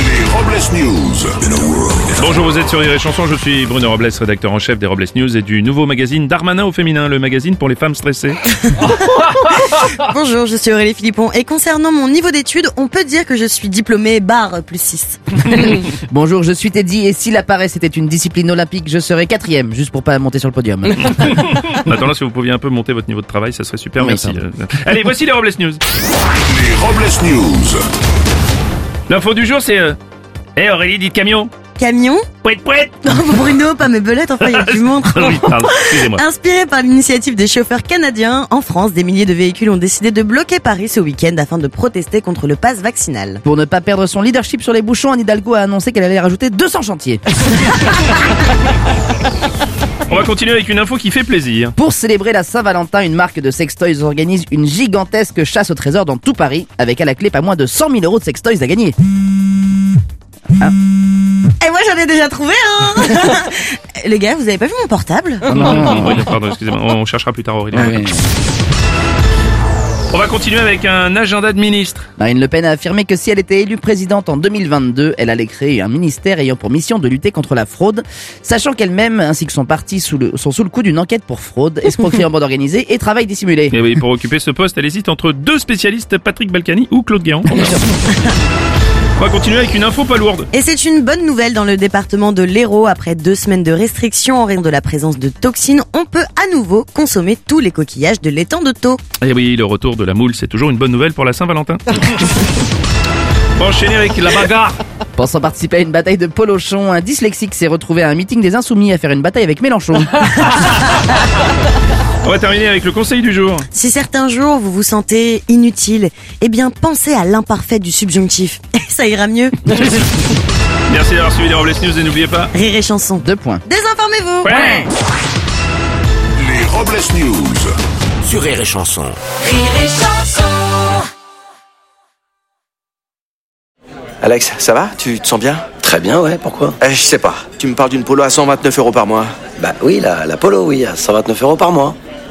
Les Robles News. Bonjour, vous êtes sur Rire et Chanson, je suis Bruno Robles, rédacteur en chef des Robles News et du nouveau magazine Darmanin au féminin, le magazine pour les femmes stressées. Bonjour, je suis Aurélie Philippon et concernant mon niveau d'études, on peut dire que je suis diplômée barre plus 6. Bonjour, je suis Teddy et si la paresse était une discipline olympique, je serais quatrième, juste pour pas monter sur le podium. Attends là, si vous pouviez un peu monter votre niveau de travail, ça serait super, Oui, merci. pardon. Euh, Allez, voici les Robles News. Les Robles News. L'info du jour, c'est... Euh... Eh Aurélie, dites camion Camion Pouette, pouette Non, Bruno, pas mes belettes, enfin, il y a du monde. Ah Oui, pardon, excusez-moi. Inspiré par l'initiative des chauffeurs canadiens, en France, des milliers de véhicules ont décidé de bloquer Paris ce week-end afin de protester contre le pass vaccinal. Pour ne pas perdre son leadership sur les bouchons, Anne Hidalgo a annoncé qu'elle allait rajouter 200 chantiers. On va continuer avec une info qui fait plaisir. Pour célébrer la Saint-Valentin, une marque de sextoys organise une gigantesque chasse au trésor dans tout Paris, avec à la clé pas moins de 100 000 euros de sextoys à gagner. Et moi, j'en ai déjà trouvé hein Les gars, vous avez pas vu mon portable Ah. Oui, pardon, excusez-moi, on cherchera plus tard Aurélie. Ah On va continuer avec un agenda de ministre. Marine Le Pen a affirmé que si elle était élue présidente en 2022, elle allait créer un ministère ayant pour mission de lutter contre la fraude, sachant qu'elle-même ainsi que son parti sous le- sont sous le coup d'une enquête pour fraude, escroquerie en bande organisée et travail dissimulé. Et oui, pour occuper ce poste, elle hésite entre deux spécialistes, Patrick Balkany ou Claude Guéant. On va continuer avec une info pas lourde. Et c'est une bonne nouvelle dans le département de l'Hérault. Après deux semaines de restrictions en raison de la présence de toxines, on peut à nouveau consommer tous les coquillages de l'étang de Thau. Et Eh oui, le retour de la moule, c'est toujours une bonne nouvelle pour la Saint-Valentin. On va Enchaîner avec la bagarre. Pensant participer à une bataille de polochon, un dyslexique s'est retrouvé à un meeting des insoumis à faire une bataille avec Mélenchon. On va terminer avec le conseil du jour. Si certains jours vous vous sentez inutile, eh bien pensez à l'imparfait du subjonctif. Et ça ira mieux. Merci d'avoir suivi les Robles News et n'oubliez pas. Rire et chanson. Deux points. Désinformez-vous Les Robles News. Sur Rire et Chanson. Alex, ça va Tu te sens bien Très bien, ouais, pourquoi euh, Je sais pas. Tu me parles d'une polo à 129 euros par mois. Bah oui, la, la polo, oui, à 129 euros par mois.